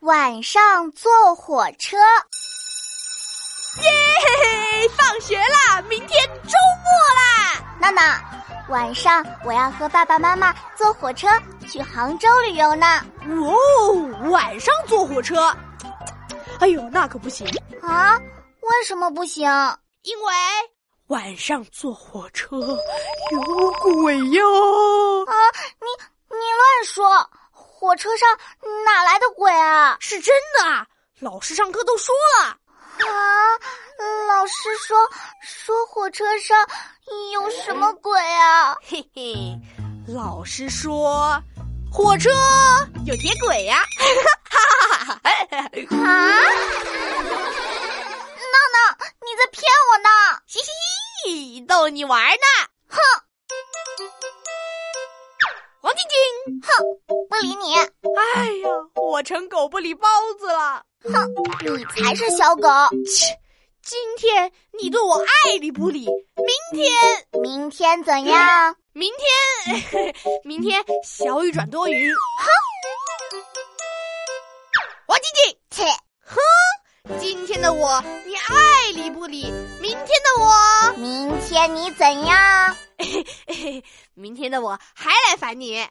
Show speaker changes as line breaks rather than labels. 晚上坐火车，
耶！放学啦，明天周末啦！
娜娜，晚上我要和爸爸妈妈坐火车去杭州旅游呢。
哦，晚上坐火车，哎呦，那可不行，
啊，为什么不行？
因为晚上坐火车有鬼哟！
啊，你你乱说！火车上哪来的鬼啊？
是真的啊，老师上课都说了。
啊，老师说说火车上有什么鬼啊？
嘿嘿，老师说，火车有铁轨呀、哈哈哈！
啊！娜娜，你在骗我呢！
嘻嘻，逗你玩呢。
哼，
王晶晶，
不理你，
哎呀，我成狗不理包子了。
哼，你才是小狗。
今天你对我爱理不理，明天，
明天怎样？
明天， 明天小雨转多云。王晶晶，
切，
今天的我你爱理不理， 明天的我，
明天你怎样？啊！
明天的我还来烦你。